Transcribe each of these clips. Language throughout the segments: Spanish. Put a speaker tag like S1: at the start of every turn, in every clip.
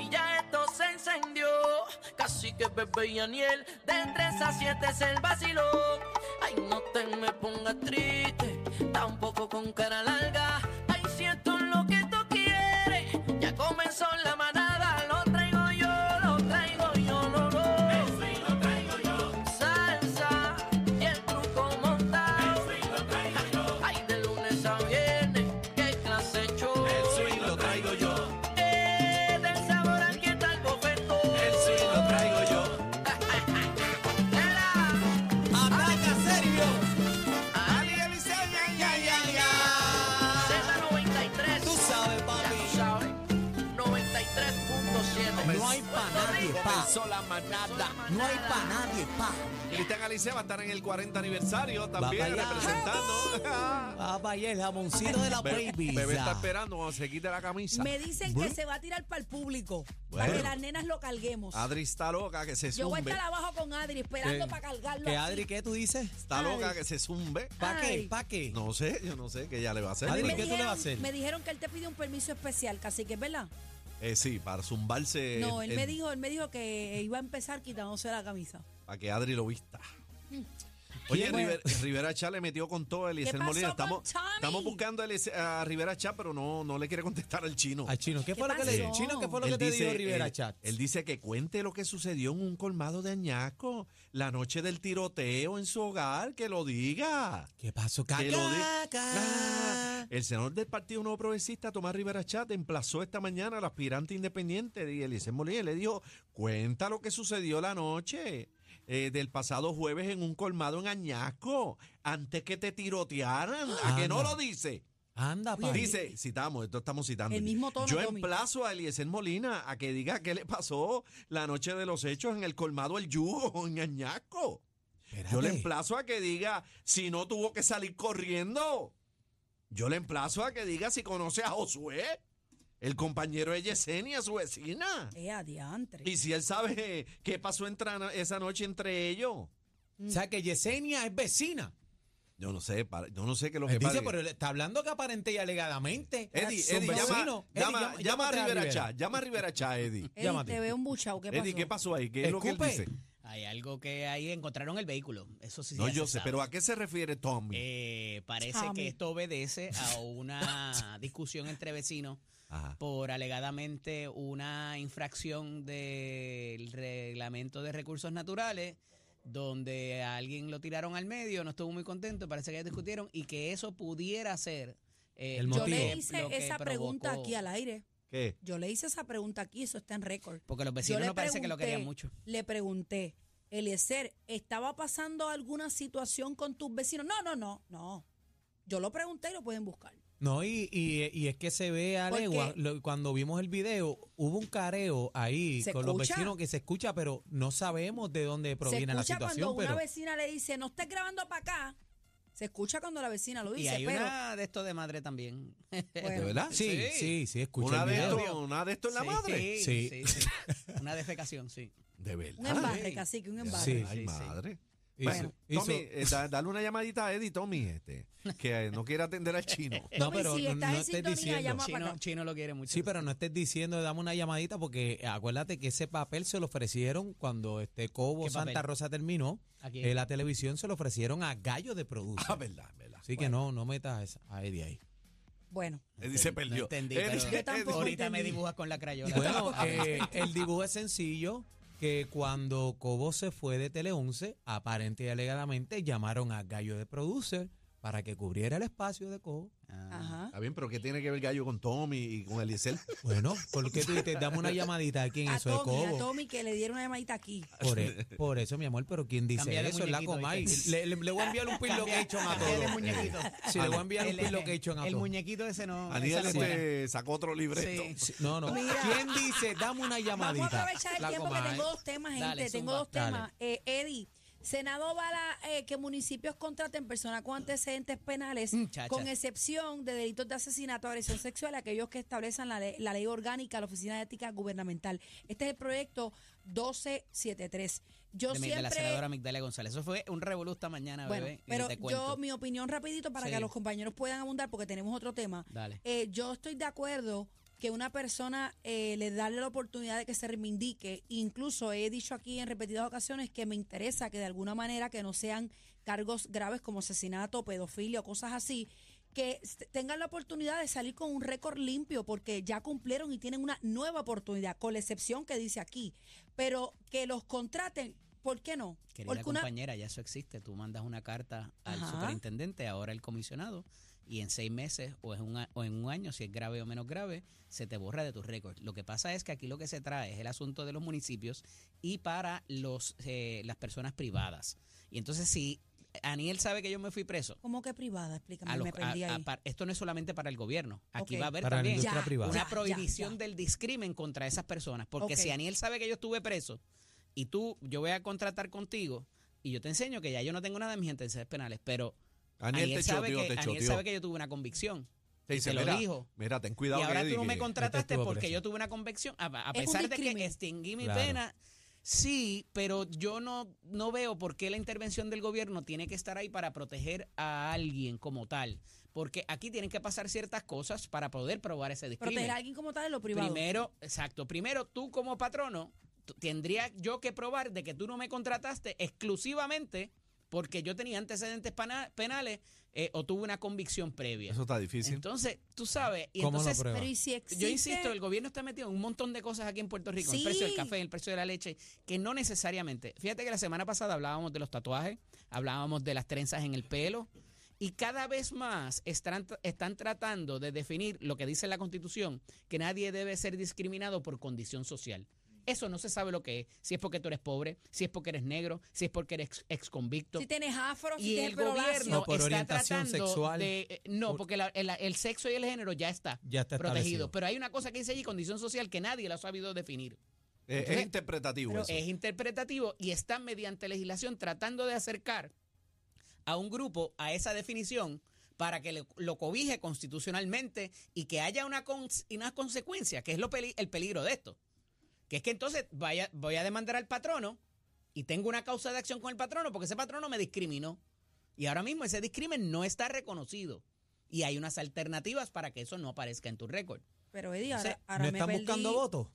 S1: y ya esto se encendió. Casi que bebé y Aniel, de 3 a 7 es el vacilón. Ay, no te me pongas triste, tampoco con cara larga. Ay, si esto es lo que tú quieres, ya comenzó la manada. Lo traigo yo, lo traigo yo, no, no. lo traigo yo. Salsa y el truco montado. lo traigo yo. Ay, de lunes a viernes, qué clase show.
S2: lo traigo yo,
S1: Eh, del sabor al que está el bofetón.
S2: el swing lo traigo yo. Ataca serio. Ali Eliseo, ay, ay, ay, ay.
S1: Z93.
S2: Tú sabes,
S1: Ya
S2: papi.
S1: tú sabes. 93.7.
S3: No hay pa' nadie, pa.
S2: Comenzó la manada.
S3: No hay pa' nadie, pa.
S2: Cristian Alicia va a estar en el 40 aniversario
S3: para
S2: también
S3: allá.
S2: representando.
S3: Papá, y el jamoncito de la
S2: Bebé,
S3: baby.
S2: bebé está esperando cuando se quite la camisa.
S4: Me dicen que se va a tirar para el público, para que las nenas lo carguemos.
S2: Adri está loca que se
S4: Yo voy a
S2: zumbe.
S4: estar abajo con Adri esperando
S2: Eh,
S4: para cargarlo.
S3: ¿Qué,
S4: así.
S3: Adri, qué tú dices?
S2: Está loca
S4: Ay.
S2: que se zumbe.
S3: ¿Pa' qué?
S4: Ay.
S3: ¿Pa' qué?
S2: No sé, yo no sé qué ella le va a hacer.
S3: Adri,
S4: Me
S2: pero-
S3: ¿qué tú le vas a hacer?
S4: Me dijeron que él te pidió un permiso especial, casi que es verdad.
S2: Eh, sí, para zumbarse.
S3: Eh,
S4: no, él
S2: en-
S4: me
S2: en-
S4: dijo, él me dijo que iba a empezar quitándose la camisa.
S2: Para que Adri lo vista. Oye,
S4: Bueno.
S2: River- Rivera Chá le metió con todo el
S4: Mm. ¿Qué pasó
S2: Molina.
S4: con
S2: Estamos,
S4: Tommy?
S2: estamos buscando a, Eliezer- a Rivera Chá, pero no, no le quiere contestar al chino.
S3: Al chino, ¿qué,
S4: ¿Qué
S3: fue lo que le dijo?
S4: pasó?
S3: Chino, ¿qué fue lo que te dijo Rivera
S2: él-
S3: Chat?
S2: él dice que cuente lo que sucedió en un colmado de Añasco la noche del tiroteo en su hogar, que lo diga.
S3: ¿Qué pasó,
S2: Que lo diga.
S3: caca?
S2: Ah, El senador del Partido Nuevo Progresista, Tomás Rivera Chat, emplazó esta mañana al aspirante independiente de Eliezer Molina y le dijo, cuenta lo que sucedió la noche eh, del pasado jueves en un colmado en Añasco, antes que te tirotearan. ¿A que no
S3: Anda.
S2: lo dice?
S3: Anda, pa.
S2: Dice, citamos, esto estamos citando.
S4: El mismo tono,
S2: Yo
S4: Tommy.
S2: emplazo a Eliezer Molina a que diga qué le pasó la noche de los hechos en el colmado El Yugo, en Añasco.
S3: Espérate.
S2: Yo le emplazo a que diga si no tuvo que salir corriendo. Yo le emplazo a que diga si conoce a Josué, el compañero de Yesenia, su vecina.
S4: Eh, adiantre.
S2: Y si él sabe qué pasó entra- esa noche entre ellos.
S3: O sea, que Yesenia es vecina.
S2: Yo no sé, para- yo no sé qué lo que
S3: Él dice,
S2: pare-
S3: pero él está hablando que aparente y alegadamente.
S2: Eddie,
S3: son
S2: Eddie,
S3: vecinos.
S2: llama,
S3: Eddie,
S2: llama-
S3: llama-
S2: llama a
S3: llámate
S2: Rivera Chá, llama a Rivera Chá, Eddie.
S4: Eddie,
S3: llámate.
S4: te veo un buchao, ¿qué pasó?
S2: Eddie, ¿qué pasó ahí? ¿Qué es lo que él
S3: Escupe.
S2: dice?
S5: Hay algo que ahí encontraron el vehículo. Eso sí.
S2: No,
S5: ya se
S2: yo sé,
S5: sabe.
S2: pero ¿a qué se refiere Tommy?
S5: Eh, parece
S4: Tommy.
S5: que esto obedece a una discusión entre vecinos
S2: Ajá.
S5: por alegadamente una infracción del reglamento de recursos naturales donde a alguien lo tiraron al medio, no estuvo muy contento, parece que ya discutieron y que eso pudiera ser eh,
S3: El
S5: lo
S4: Yo
S3: motivo.
S4: le
S5: que-
S4: hice
S5: lo que
S4: esa pregunta
S5: provocó-
S4: aquí al aire.
S2: ¿Qué?
S4: Yo le hice esa pregunta aquí, eso está en récord.
S5: Porque los
S4: Yo
S5: vecinos
S4: le
S5: no parece que lo querían
S4: pregunté,
S5: mucho.
S4: Le pregunté, Eliezer, ¿estaba pasando alguna situación con tus vecinos? No, no, no, no. Yo lo pregunté y lo pueden buscar.
S3: No, y, y- y es que se ve a
S4: Porque-
S3: legua, lo- cuando vimos el video, hubo un careo ahí
S4: ¿Se
S3: con los
S4: escucha?
S3: vecinos que se escucha, pero no sabemos de dónde proviene
S4: se
S3: la
S4: escucha
S3: situación.
S4: cuando
S3: Pero
S4: una vecina le dice, no estés grabando para acá. Se escucha cuando la vecina lo
S5: Y
S4: dice,
S5: hay
S4: pero
S5: una de esto de madre también.
S3: eh,
S4: bueno,
S2: ¿De verdad?
S3: sí, sí, sí,
S2: Una
S3: escucha el
S2: de,
S3: video.
S2: esto, una de esto en la
S5: Sí,
S2: madre.
S5: Sí,
S3: Sí.
S5: sí, sí. Una defecación, sí.
S2: De
S4: un
S2: verdad.
S4: embarre,
S5: sí.
S4: cacique, un
S2: Ya,
S4: embarre.
S3: Ah, Sí.
S2: Ay,
S5: sí.
S2: madre.
S3: Hizo-
S2: Bueno,
S3: hizo-
S2: Tommy, eh, da- dale una llamadita a Eddie, Tommy, este, que eh, no quiere atender al chino.
S3: no,
S4: Tommy,
S3: pero
S4: si
S3: no,
S4: estás
S3: no
S4: en
S3: estés
S4: sintonía,
S3: diciendo.
S4: llama para
S5: Chino,
S4: acá.
S5: Chino lo quiere mucho.
S3: Sí, pero no estés diciendo, dame una llamadita, porque acuérdate que ese papel se lo ofrecieron cuando este Cobo
S5: ¿Qué
S3: Santa
S5: papel?
S3: Rosa terminó.
S5: ¿A quién?
S3: En la televisión se lo ofrecieron a Gallo de Produce.
S2: Ah, verdad, verdad.
S3: Así que no, no metas a esa- a Eddie ahí.
S4: Bueno,
S2: Eddie se perdió.
S5: No entendí,
S2: Eddie-
S5: pero
S4: Yo tampoco
S5: ahorita me
S4: entendí.
S5: dibujas con la crayola.
S3: Bueno, eh, el dibujo es sencillo, que cuando Cobo se fue de Tele 11, aparente y alegadamente llamaron a Gallo de Producer para que cubriera el espacio de Cobo.
S5: Ah.
S4: Ajá.
S2: Está bien, pero ¿qué tiene que ver Gallo con Tommy y con Eliezer?
S3: Bueno, ¿por qué tú dices, dame una llamadita aquí en
S4: A
S3: eso de
S4: Tommy, a
S3: Cobo?
S4: Tommy que le dieron una llamadita aquí.
S3: Por, e- por eso, mi amor, pero quien dice
S5: Cambiale
S3: eso es la
S5: muñequito,
S3: Comay.
S5: ¿viste?
S3: Le, le- le voy a enviar un pin location a
S5: Cambiale
S3: todos.
S5: muñequito.
S3: Sí, le voy a enviar un
S5: El-
S3: pin location a
S5: El
S3: todos.
S5: muñequito ese no.
S2: Aníbal
S5: esa no era.
S2: este sacó otro libreto.
S5: Sí.
S3: Sí, No, no.
S4: Mira.
S3: ¿Quién dice, dame una
S4: Vamos a
S3: llamadita?
S4: aprovechar el
S3: La
S4: tiempo que
S3: Comay.
S4: tengo dos temas, gente.
S5: eh. Dale,
S4: tengo
S5: zumba.
S4: dos
S3: Dale.
S4: temas. Eh, Eddie, Senado avala eh, que municipios contraten personas con antecedentes penales,
S5: Mm, chacha.
S4: con excepción de delitos de asesinato, agresión sexual, aquellos que establezan la, le- la ley orgánica, la Oficina de Ética Gubernamental. Este es el proyecto 1273. Yo
S5: de, mi- de
S4: siempre...
S5: la senadora Migdalia González. Eso fue un revolú esta mañana,
S4: bueno,
S5: bebé. y
S4: pero
S5: te cuento.
S4: yo, mi opinión rapidito para que
S5: Sí.
S4: los compañeros puedan abundar porque tenemos otro tema.
S5: Dale.
S4: Eh, yo estoy de acuerdo que una persona eh, le darle la oportunidad de que se reivindique. Incluso he dicho aquí en repetidas ocasiones que me interesa que de alguna manera que no sean cargos graves como asesinato, pedofilia o cosas así, que s- tengan la oportunidad de salir con un récord limpio porque ya cumplieron y tienen una nueva oportunidad, con la excepción que dice aquí. Pero que los contraten, ¿por qué no?
S5: Querida
S4: Porque una,
S5: compañera, ya eso existe. Tú mandas una carta al
S4: Ajá.
S5: superintendente, ahora el comisionado, y en seis meses o, es un a- o en un año, si es grave o menos grave, se te borra de tus récords. Lo que pasa es que aquí lo que se trae es el asunto de los municipios y para los eh, las personas privadas. Y entonces, si Aniel sabe que yo me fui preso,
S4: ¿Cómo que privada? Explícame,
S5: a los-
S4: me perdí
S5: a- a
S4: ahí.
S5: par- esto no es solamente para el gobierno. Aquí
S4: Ok.
S5: va a haber
S3: Para la
S5: también
S3: industria privada.
S5: una
S4: ya,
S5: prohibición
S4: ya.
S5: del discrimen contra esas personas. Porque
S4: Ok.
S5: si Aniel sabe que yo estuve preso y tú, yo voy a contratar contigo y yo te enseño que ya yo no tengo nada de mis antecedentes penales, pero
S2: Aniel, te
S5: sabe,
S2: choteó,
S5: que,
S2: te
S5: Aniel
S2: choteó.
S5: sabe que yo tuve una convicción.
S2: te
S5: te lo
S2: mira,
S5: dijo.
S2: Mira, ten cuidado.
S5: y ahora
S2: Eddie,
S5: tú no me
S2: que-
S5: contrataste
S3: estuvo
S5: porque
S3: preso.
S5: yo tuve una convicción. A, a
S4: Es un
S5: pesar de que
S4: discrimen.
S5: extinguí mi
S3: Claro.
S5: pena, sí, pero yo no, no veo por qué la intervención del gobierno tiene que estar ahí para proteger a alguien como tal. Porque aquí tienen que pasar ciertas cosas para poder probar ese
S4: Proteger a
S5: discrimen.
S4: alguien como tal de lo privado.
S5: Primero, exacto. Primero, tú como patrono, t- tendría yo que probar de que tú no me contrataste exclusivamente porque yo tenía antecedentes pana- penales eh, o tuve una convicción previa.
S2: Eso está difícil.
S5: Entonces, tú sabes, y
S3: ¿Cómo lo
S5: entonces
S3: prueba?
S4: Pero y si existe...
S5: yo insisto, el gobierno está metido en un montón de cosas aquí en Puerto Rico, el
S4: Sí.
S5: precio del café, el precio de la leche, que no necesariamente. Fíjate que la semana pasada hablábamos de los tatuajes, hablábamos de las trenzas en el pelo, y cada vez más están, están tratando de definir lo que dice la Constitución, que nadie debe ser discriminado por condición social. Eso no se sabe lo que es, si es porque tú eres pobre, si es porque eres negro, si es porque eres ex convicto
S4: Si tienes afro, si
S5: y
S4: tienes
S5: el
S4: pelo
S5: gobierno
S4: lacio.
S3: O por
S5: está
S3: orientación
S5: tratando
S3: sexual.
S5: de- eh, no
S3: Por-
S5: porque la- el, el sexo y el género ya está,
S3: Ya está
S5: protegido
S3: establecido.
S5: pero hay una cosa que dice allí condición social que nadie la ha sabido definir
S2: Eh, es
S5: Entonces-
S2: interpretativo eso.
S5: es interpretativo y están mediante legislación tratando de acercar a un grupo a esa definición para que le- lo cobije constitucionalmente y que haya una, cons- y una consecuencia, que es lo peli- el peligro de esto. Que es que entonces vaya, voy a demandar al patrono y tengo una causa de acción con el patrono porque ese patrono me discriminó. Y ahora mismo ese discrimen no está reconocido. Y hay unas alternativas para que eso no aparezca en tu récord.
S4: Pero Eddie,
S5: No sé,
S4: ahora, ahora
S3: ¿No
S4: me,
S3: están
S4: perdí,
S3: buscando votos?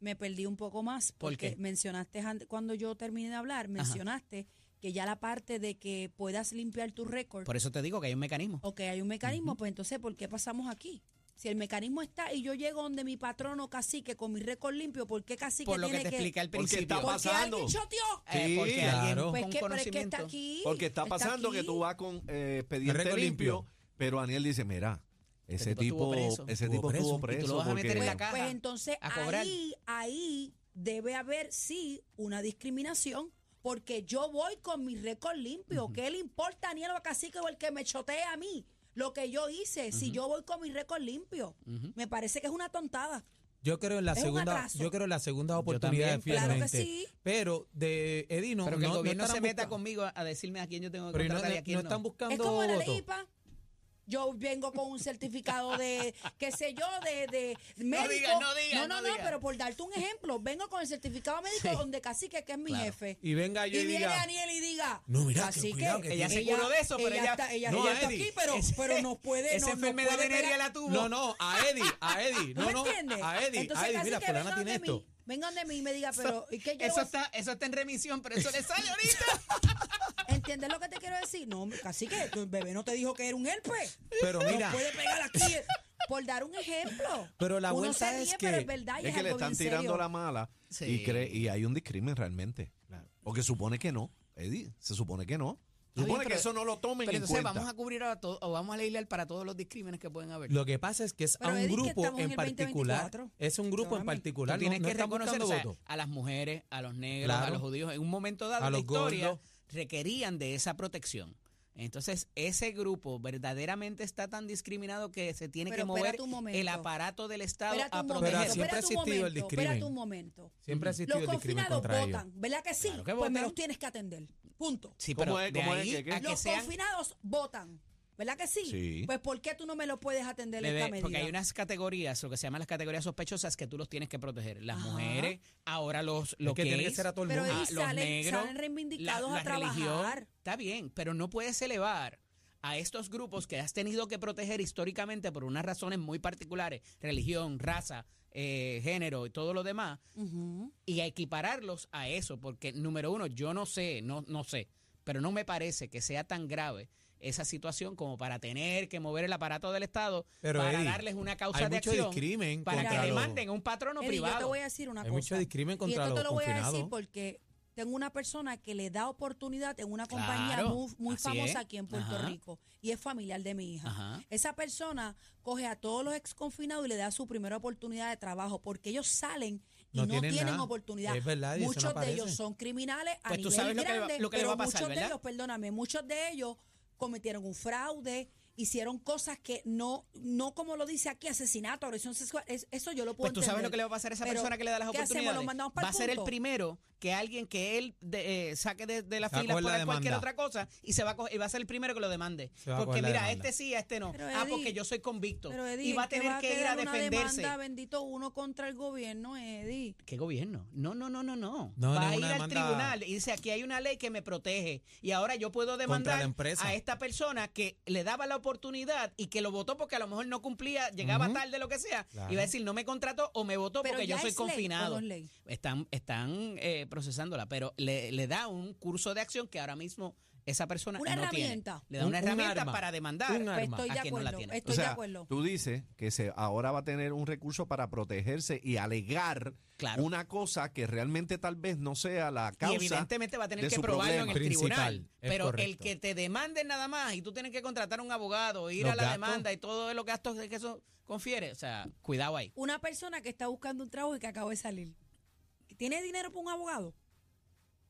S4: me perdí un poco más.
S5: ¿Por
S4: Porque
S5: qué?
S4: mencionaste, ante- cuando yo terminé de hablar, mencionaste que ya la parte de que puedas limpiar tu récord
S5: Por eso te digo que hay un mecanismo.
S4: o que hay un mecanismo, pues entonces, ¿por qué pasamos aquí? Si el mecanismo está y yo llego donde mi patrono cacique con mi récord limpio, ¿por qué cacique
S5: Por lo que
S4: tiene
S5: te expliqué al
S2: Porque
S5: principio.
S2: está
S4: ¿Por qué
S2: pasando.
S4: alguien choteó?
S5: Eh,
S2: Sí,
S5: porque alguien
S3: claro.
S4: Pues
S5: con
S4: que, pero es que
S5: conocimiento.
S4: está aquí.
S2: Porque está pasando que
S4: aquí.
S2: tú vas con eh, expediente
S3: Récord
S2: limpio,
S3: limpio.
S2: pero Aniel dice, mira, ese
S5: Ese tipo
S2: tipo,
S5: estuvo preso.
S2: ese
S3: Estuvo
S2: tipo
S3: preso.
S2: estuvo
S3: Y tú
S2: preso.
S5: lo vas a
S2: porque-
S5: meter en la
S4: Pues,
S5: caja
S4: pues entonces
S5: a cobrar.
S4: ahí, ahí debe haber sí una discriminación. Porque yo voy con mi récord limpio. ¿Qué le importa a Nielo Cacique o el que me chotea a mí? Lo que yo hice, si yo voy con mi récord limpio, me parece que es una tontada.
S3: Yo creo en la
S4: Es un
S3: segunda,
S4: atraso.
S3: yo creo en la segunda
S5: también,
S3: oportunidad
S4: claro que
S3: fielmente.
S4: sí.
S3: Pero de Edino,
S5: Pero que
S3: no,
S5: el
S3: no
S5: gobierno
S3: estarán
S5: se meta
S3: busca-
S5: conmigo a- a decirme a quién yo tengo que
S3: Pero y no,
S5: contratar y a
S3: no-
S5: quién
S3: no
S5: no.
S3: están buscando
S4: Es como la ley
S3: votos.
S4: IPA. Yo vengo con un certificado de, qué sé yo, de, de médico.
S5: diga, no diga,
S4: no,
S5: no
S4: no,
S5: diga.
S4: pero por darte un ejemplo, vengo con el certificado médico
S3: Sí.
S4: donde Cacique, que es mi
S5: Claro.
S4: jefe.
S3: Y venga yo y,
S4: y viene
S3: diga,
S4: Daniel y diga.
S3: No, mira,
S4: así
S3: que cuidado, que
S5: Ella se curó de eso, pero ella-
S4: está, ella,
S3: No,
S4: ella está
S3: Eddie,
S4: aquí, pero,
S5: ese-
S4: pero nos puede. no,
S5: esa
S4: nos
S5: enfermedad
S4: puede
S5: venérea
S4: pegar.
S5: la tuvo.
S3: no, no, a Eddie, a Eddie,
S4: ¿Tú
S3: no,
S4: me
S3: no,
S4: entiendes?
S3: a Eddie,
S4: Entonces,
S3: a Eddie,
S4: casi
S3: mira,
S4: que
S3: fulana
S4: vengan
S3: tiene
S4: de mí,
S3: esto.
S4: Vengan de mí y me diga, pero ¿y qué yo
S5: Eso
S4: voy a-
S5: está, eso está en remisión, pero eso le sale ahorita.
S4: ¿Entiendes lo que te quiero decir? No, casi que tu bebé no te dijo que era un herpes.
S3: Pero mira,
S4: Nos puede pegar aquí. Por dar un ejemplo.
S3: Pero la
S4: Uno
S3: vuelta
S4: se ríe,
S3: es
S4: pero
S3: que-
S4: es verdad y
S2: es que le
S4: algo bien
S2: están tirando
S4: serio.
S2: la mala
S5: Sí.
S2: y, cree, y hay un discrimen realmente. Porque supone que no, Eddie, se supone que no.
S5: bien,
S2: Supone que
S5: pero-
S2: eso no lo tomen
S5: Pero
S2: en
S5: entonces
S2: cuenta.
S5: vamos a cubrir a todos, o vamos a legislar para todos los discrímenes que pueden haber.
S3: Lo que pasa es que es
S4: Pero,
S3: a un
S4: Eddie, que
S3: grupo
S4: estamos en
S3: en
S4: el
S3: particular.
S4: 2024.
S3: Es un grupo en
S4: Perdóname.
S5: Tú
S3: particular.
S5: tienes
S3: no,
S5: que
S3: no estamos
S5: reconocer
S3: buscando
S5: o sea,
S3: votos.
S5: a las mujeres, a los negros, a
S3: Claro.
S5: los judíos. En un momento dado
S3: A
S5: de la
S3: los
S5: historia
S3: gordos.
S5: requerían de esa protección. Entonces, ese grupo verdaderamente está tan discriminado que se tiene
S4: Pero
S5: que mover
S4: espérate un momento.
S5: el aparato del Estado
S4: Espérate
S5: a
S4: un
S3: Pero
S4: momento,
S5: proteger.
S3: siempre ha
S4: espérate un
S3: existido el
S4: momento, espérate
S3: discrimen.
S4: un momento.
S3: Siempre ha existido
S4: Los
S3: el discrimen
S4: confinados
S3: contra ellos.
S4: votan, ¿verdad que sí?
S5: Claro que
S4: pues me
S5: votan.
S4: los tienes que atender. Punto.
S5: Sí,
S2: ¿Cómo
S5: pero
S2: es?
S5: de
S2: ¿Cómo es?
S5: ahí
S2: ¿Qué- qué?
S5: a que
S4: Los
S5: sean,
S4: confinados votan, ¿verdad que sí?
S2: Sí.
S4: Pues ¿por qué tú no me lo puedes atender en
S5: Bebé,
S4: esta medida?
S5: porque hay unas categorías, lo que se llaman las categorías sospechosas, que tú los tienes que proteger. Las
S4: Ajá.
S5: mujeres, ahora los,
S3: Lo
S5: los
S3: que tiene que
S5: gays,
S3: ser a todo el
S4: Pero
S3: mundo.
S4: ahí
S5: Ah, los
S4: salen,
S5: negros,
S4: salen
S5: la,
S4: reivindicados a
S5: la religión.
S4: trabajar.
S5: Está bien, pero no puedes elevar a estos grupos que has tenido que proteger históricamente por unas razones muy particulares, religión, raza, eh, género y todo lo demás,
S4: Ujú.
S5: y a equipararlos a eso, porque número uno, yo no sé, no, no sé, pero no me parece que sea tan grave esa situación como para tener que mover el aparato del Estado
S3: Pero,
S5: para
S3: Eddie,
S5: darles una causa
S3: Hay
S5: de
S3: mucho
S5: acción
S3: discrimen
S5: para
S3: contra
S5: que
S3: los-
S5: demanden a un patrono
S4: Eddie, yo te
S5: privado.
S4: voy a decir una
S3: Hay
S4: cosa.
S3: mucho discrimen
S4: y
S3: contra
S4: esto te
S3: los
S4: lo voy a decir
S3: confinados.
S4: porque tengo una persona que le da oportunidad en una compañía
S5: Claro,
S4: muy, muy
S5: así es.
S4: famosa aquí en Puerto
S5: Ajá.
S4: Rico y es familiar de mi hija.
S5: Ajá.
S4: Esa persona coge a todos los exconfinados y le da su primera oportunidad de trabajo porque ellos salen y
S3: No
S4: no,
S3: tienen
S4: tienen,
S3: nada.
S4: oportunidad.
S3: Es verdad, y eso no
S4: muchos de
S3: aparece.
S4: ellos son criminales a
S5: Pues tú
S4: nivel
S5: sabes lo que le va-
S4: grande,
S5: lo que le
S4: pero
S5: va a pasar,
S4: muchos
S5: ¿verdad?
S4: de ellos, perdóname, muchos de ellos cometieron un fraude, hicieron cosas que no no como lo dice aquí, asesinato, agresión sexual, es- eso yo lo puedo
S5: Pues tú sabes
S4: entender.
S5: lo que le va a pasar a esa
S4: Pero,
S5: persona que le da las
S4: ¿qué hacemos?
S5: oportunidades.
S4: ¿Lo mandamos para
S5: va a
S4: el
S5: ser el
S4: punto?
S5: primero que alguien que él de- eh, saque de, de la
S3: Se va a
S5: fila por
S3: coger la
S5: cualquier
S3: demanda.
S5: otra cosa y se va a coger- y va a ser el primero que lo demande.
S3: Se va a
S5: Porque
S3: coger la
S5: mira,
S3: demanda.
S5: este sí, a este no.
S4: Pero,
S5: ah,
S4: Eddie,
S5: porque yo soy convicto
S4: Pero
S5: y
S4: Eddie,
S5: va a
S4: ¿qué
S5: tener que ir a
S4: quedar una
S5: defenderse.
S4: demanda, bendito uno contra el gobierno, Eddie.
S5: ¿Qué gobierno? No, no, no, no, no.
S3: No,
S5: va
S3: no,
S5: a ir
S3: una
S5: al
S3: demanda-
S5: tribunal y dice, aquí hay una ley que me protege y ahora yo puedo
S3: la
S5: demandar
S3: empresa.
S5: a esta persona que le daba la oportunidad y que lo votó porque a lo mejor no cumplía, llegaba
S3: Ujú.
S5: tarde, lo que sea, y
S3: Claro.
S5: va a decir, no me contrató o me votó
S4: Pero
S5: porque yo
S4: ya
S5: soy
S4: es ley,
S5: confinado.
S4: o no es ley.
S5: están, están eh, procesándola, pero le, le da un curso de acción que ahora mismo esa persona
S4: Una
S5: no
S4: herramienta.
S5: tiene. Le da
S3: Un-
S5: una
S3: un
S5: herramienta
S3: arma.
S5: para demandar
S3: Un
S4: Pues
S3: arma.
S4: estoy de
S5: a quien no la
S4: acuerdo,
S5: tiene.
S4: estoy
S2: o sea,
S4: de acuerdo.
S2: tú dices que se, ahora va a tener un recurso para protegerse y alegar
S5: Claro.
S2: una cosa que realmente tal vez no sea la
S5: y
S2: causa.
S5: evidentemente va a tener
S2: de
S5: que
S2: su
S5: probarlo en
S2: problema.
S5: el tribunal.
S3: Principal, es
S5: Pero el
S3: correcto.
S5: que te demande nada más y tú tienes que contratar a un abogado, ir
S3: Los
S5: a la
S3: gastos.
S5: demanda y todo los gastos que eso confiere, o sea, cuidado ahí.
S4: Una persona que está buscando un trabajo y que acaba de salir. ¿Tiene dinero para un abogado?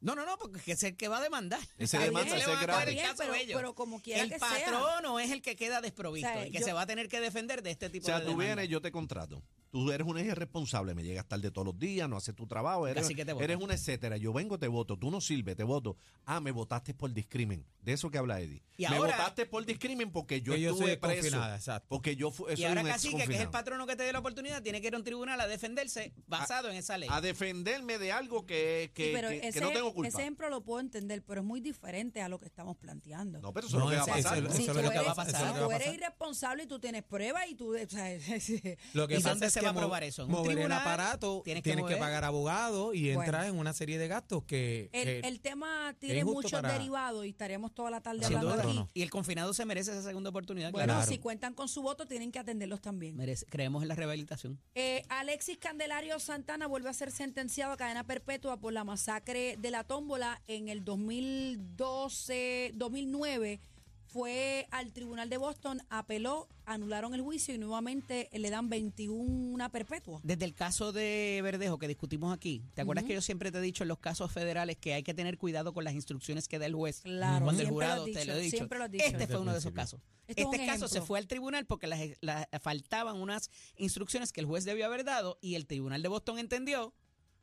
S5: No, no, no, porque es el que va a demandar.
S2: Ese
S5: A él
S2: demanda,
S5: le
S2: ese
S5: van a
S2: grave.
S5: coger el
S4: Bien,
S5: caso
S4: pero-
S5: a ellos.
S4: pero como quiera
S5: El
S4: que sea.
S5: patrono es el que queda desprovisto,
S4: O sea,
S5: el que
S4: yo-
S5: se va a tener que defender de este
S2: O
S5: tipo
S2: sea,
S5: de
S2: tú
S5: demanda.
S2: vienes, yo te contrato. Tú eres un irresponsable, me llegas tarde todos los días, no haces tu trabajo, eres,
S5: Así que te voto.
S2: eres un etcétera. Yo vengo, te voto, tú no sirves, te voto. Ah, me votaste por discrimen. De eso que habla Eddie.
S5: Y
S2: me
S5: ahora-
S2: votaste por discrimen porque yo
S3: Que yo soy
S2: estuve preso.
S3: desconfinada, exacto.
S2: Porque yo fu-
S5: y
S2: soy
S5: ahora
S2: un
S5: casi que es el
S2: exconfinado.
S5: patrono que te dio la oportunidad, tiene que ir a un tribunal a defenderse basado en esa ley.
S2: A defenderme de algo que, que,
S4: Sí, pero
S2: que- que
S4: ese,
S2: no tengo culpa.
S4: ese ejemplo lo puedo entender, pero es muy diferente a lo que estamos planteando.
S2: No, pero eso no,
S3: No,
S2: es lo que
S3: ese-
S2: va a
S3: ese-
S2: pasar.
S3: eso
S4: si
S3: es
S4: tú
S3: lo que va a
S4: eres-
S3: pasar,
S4: si
S3: eso es lo que
S4: tú
S3: va a
S4: eres
S3: pasar.
S4: irresponsable y tú tienes pruebas y tú... o sea,
S3: Lo que
S5: ¿Y
S3: pasa
S5: dónde
S3: es
S5: se
S3: que
S5: va a
S3: mo-
S5: probar eso? ¿En un
S3: mover el
S5: tribunal?
S3: aparato, tienes
S5: Tienes
S3: que,
S5: que mover.
S3: pagar abogado y
S4: Bueno.
S3: entras en una serie de gastos que, eh,
S4: el,
S3: que-
S4: el tema
S3: es
S4: tiene
S3: injusto
S4: muchos
S3: para-
S4: derivados y estaríamos toda la tarde
S3: Sin
S4: hablando
S3: duda.
S4: aquí.
S3: No, no.
S5: Y el confinado se merece esa segunda oportunidad.
S4: Bueno,
S5: claro.
S3: Claro.
S4: si cuentan con su voto, tienen que atenderlos también.
S5: Merece- creemos en la rehabilitación.
S4: Eh, Alexis Candelario Santana vuelve a ser sentenciado a cadena perpetua por la masacre de la tómbola en el 2012, 2009. Fue al tribunal de Boston, apeló, anularon el juicio y nuevamente le dan 21 una perpetua.
S5: Desde el caso de Verdejo que discutimos aquí, ¿te acuerdas que yo siempre te he dicho en los casos federales que hay que tener cuidado con las instrucciones que da el juez?
S4: Claro,
S5: Cuando el
S4: siempre lo
S5: jurado
S4: has dicho,
S5: te lo he dicho.
S4: siempre lo has dicho.
S5: Este
S3: Desde
S5: fue
S3: el
S5: uno de esos
S3: principio.
S5: casos.
S4: Esto es un
S5: este caso se
S4: ejemplo.
S5: fue al tribunal porque las, las- faltaban unas instrucciones que el juez debió haber dado y el tribunal de Boston entendió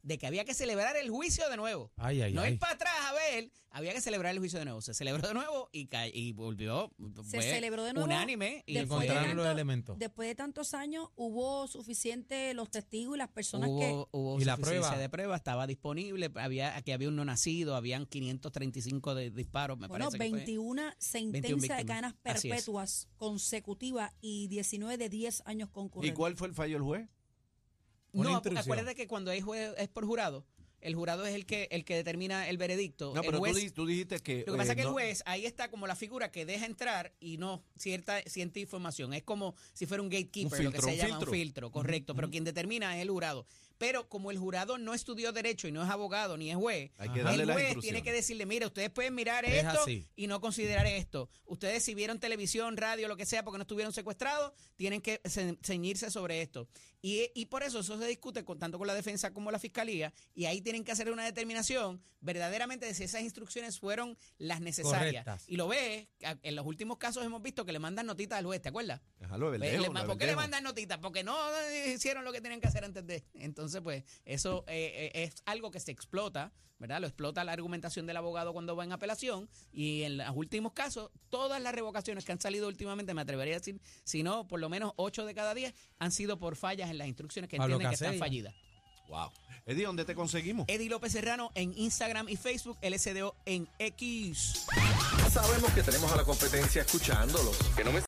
S5: de que había que celebrar el juicio de nuevo.
S3: Ay, ay,
S5: no
S3: ay.
S5: ir para atrás a ver, había que celebrar el juicio de nuevo. Se celebró de nuevo y, ca- y volvió.
S4: Se
S5: fue
S4: celebró de nuevo
S5: Unánime y
S4: después
S5: fue-
S4: de
S3: encontraron los
S4: tanto-
S3: elementos.
S4: Después de tantos años, hubo suficiente los testigos y las personas que...
S5: hubo, hubo
S3: ¿Y la
S5: suficiencia
S3: prueba?
S5: de prueba, estaba disponible, había aquí había un no nacido, habían 535 de disparos, me
S4: Bueno,
S5: parece que fue.
S4: 21 sentencias de
S5: víctimas.
S4: cadenas
S5: Así es.
S4: perpetuas consecutivas y 19 de 10 años
S2: ¿Y
S4: concurrentes.
S2: cuál fue el fallo del juez?
S3: Una
S5: No,
S3: instrucción.
S5: acuérdate que cuando hay juez es por jurado, el jurado es el que el que determina el veredicto.
S2: No,
S5: El
S2: pero tú
S5: juez-
S2: di- tú, dijiste que.
S5: lo que
S2: eh,
S5: pasa es que el
S2: no-
S5: juez ahí está como la figura que deja entrar y no cierta cierta información. Es como si fuera un gatekeeper,
S2: Un filtro,
S5: lo que se
S2: un
S5: llama
S2: filtro.
S5: un filtro, correcto. Pero quien determina es el jurado. Pero como el jurado no estudió derecho y no es abogado ni es juez,
S2: Hay que
S3: Ajá.
S2: darle
S5: el
S2: las
S5: juez
S2: instrucciones.
S5: tiene que decirle, mira, ustedes pueden mirar
S3: Es
S5: esto
S3: así.
S5: y no considerar esto. Ustedes si vieron televisión, radio, lo que sea, porque no estuvieron secuestrados, tienen que ce- ceñirse sobre esto. Y, y por eso eso se discute con- tanto con la defensa como la fiscalía y ahí tienen que hacer una determinación verdaderamente de si esas instrucciones fueron las necesarias.
S3: Correctas.
S5: Y lo ves, a- en los últimos casos hemos visto que le mandan notitas al juez, ¿te acuerdas?
S2: Déjalo,
S5: Pues,
S2: verdejo,
S5: le ma-
S2: la
S5: ¿Por qué le
S2: verdejo.
S5: mandan notitas? Porque no hicieron lo que tenían que hacer antes de. Entonces, pues, eso eh, eh, es algo que se explota, ¿verdad? Lo explota la argumentación del abogado cuando va en apelación. Y en los últimos casos, todas las revocaciones que han salido últimamente, me atrevería a decir, si no, por lo menos 8 de cada 10 han sido por fallas en las instrucciones que
S3: Pablo
S5: entienden que
S3: Casella.
S5: están fallidas.
S2: Wow. Eddie, ¿dónde te conseguimos?
S5: Eddie López Serrano en Instagram y Facebook, LSDO en X.
S6: Sabemos que tenemos a la competencia escuchándolos. Que no me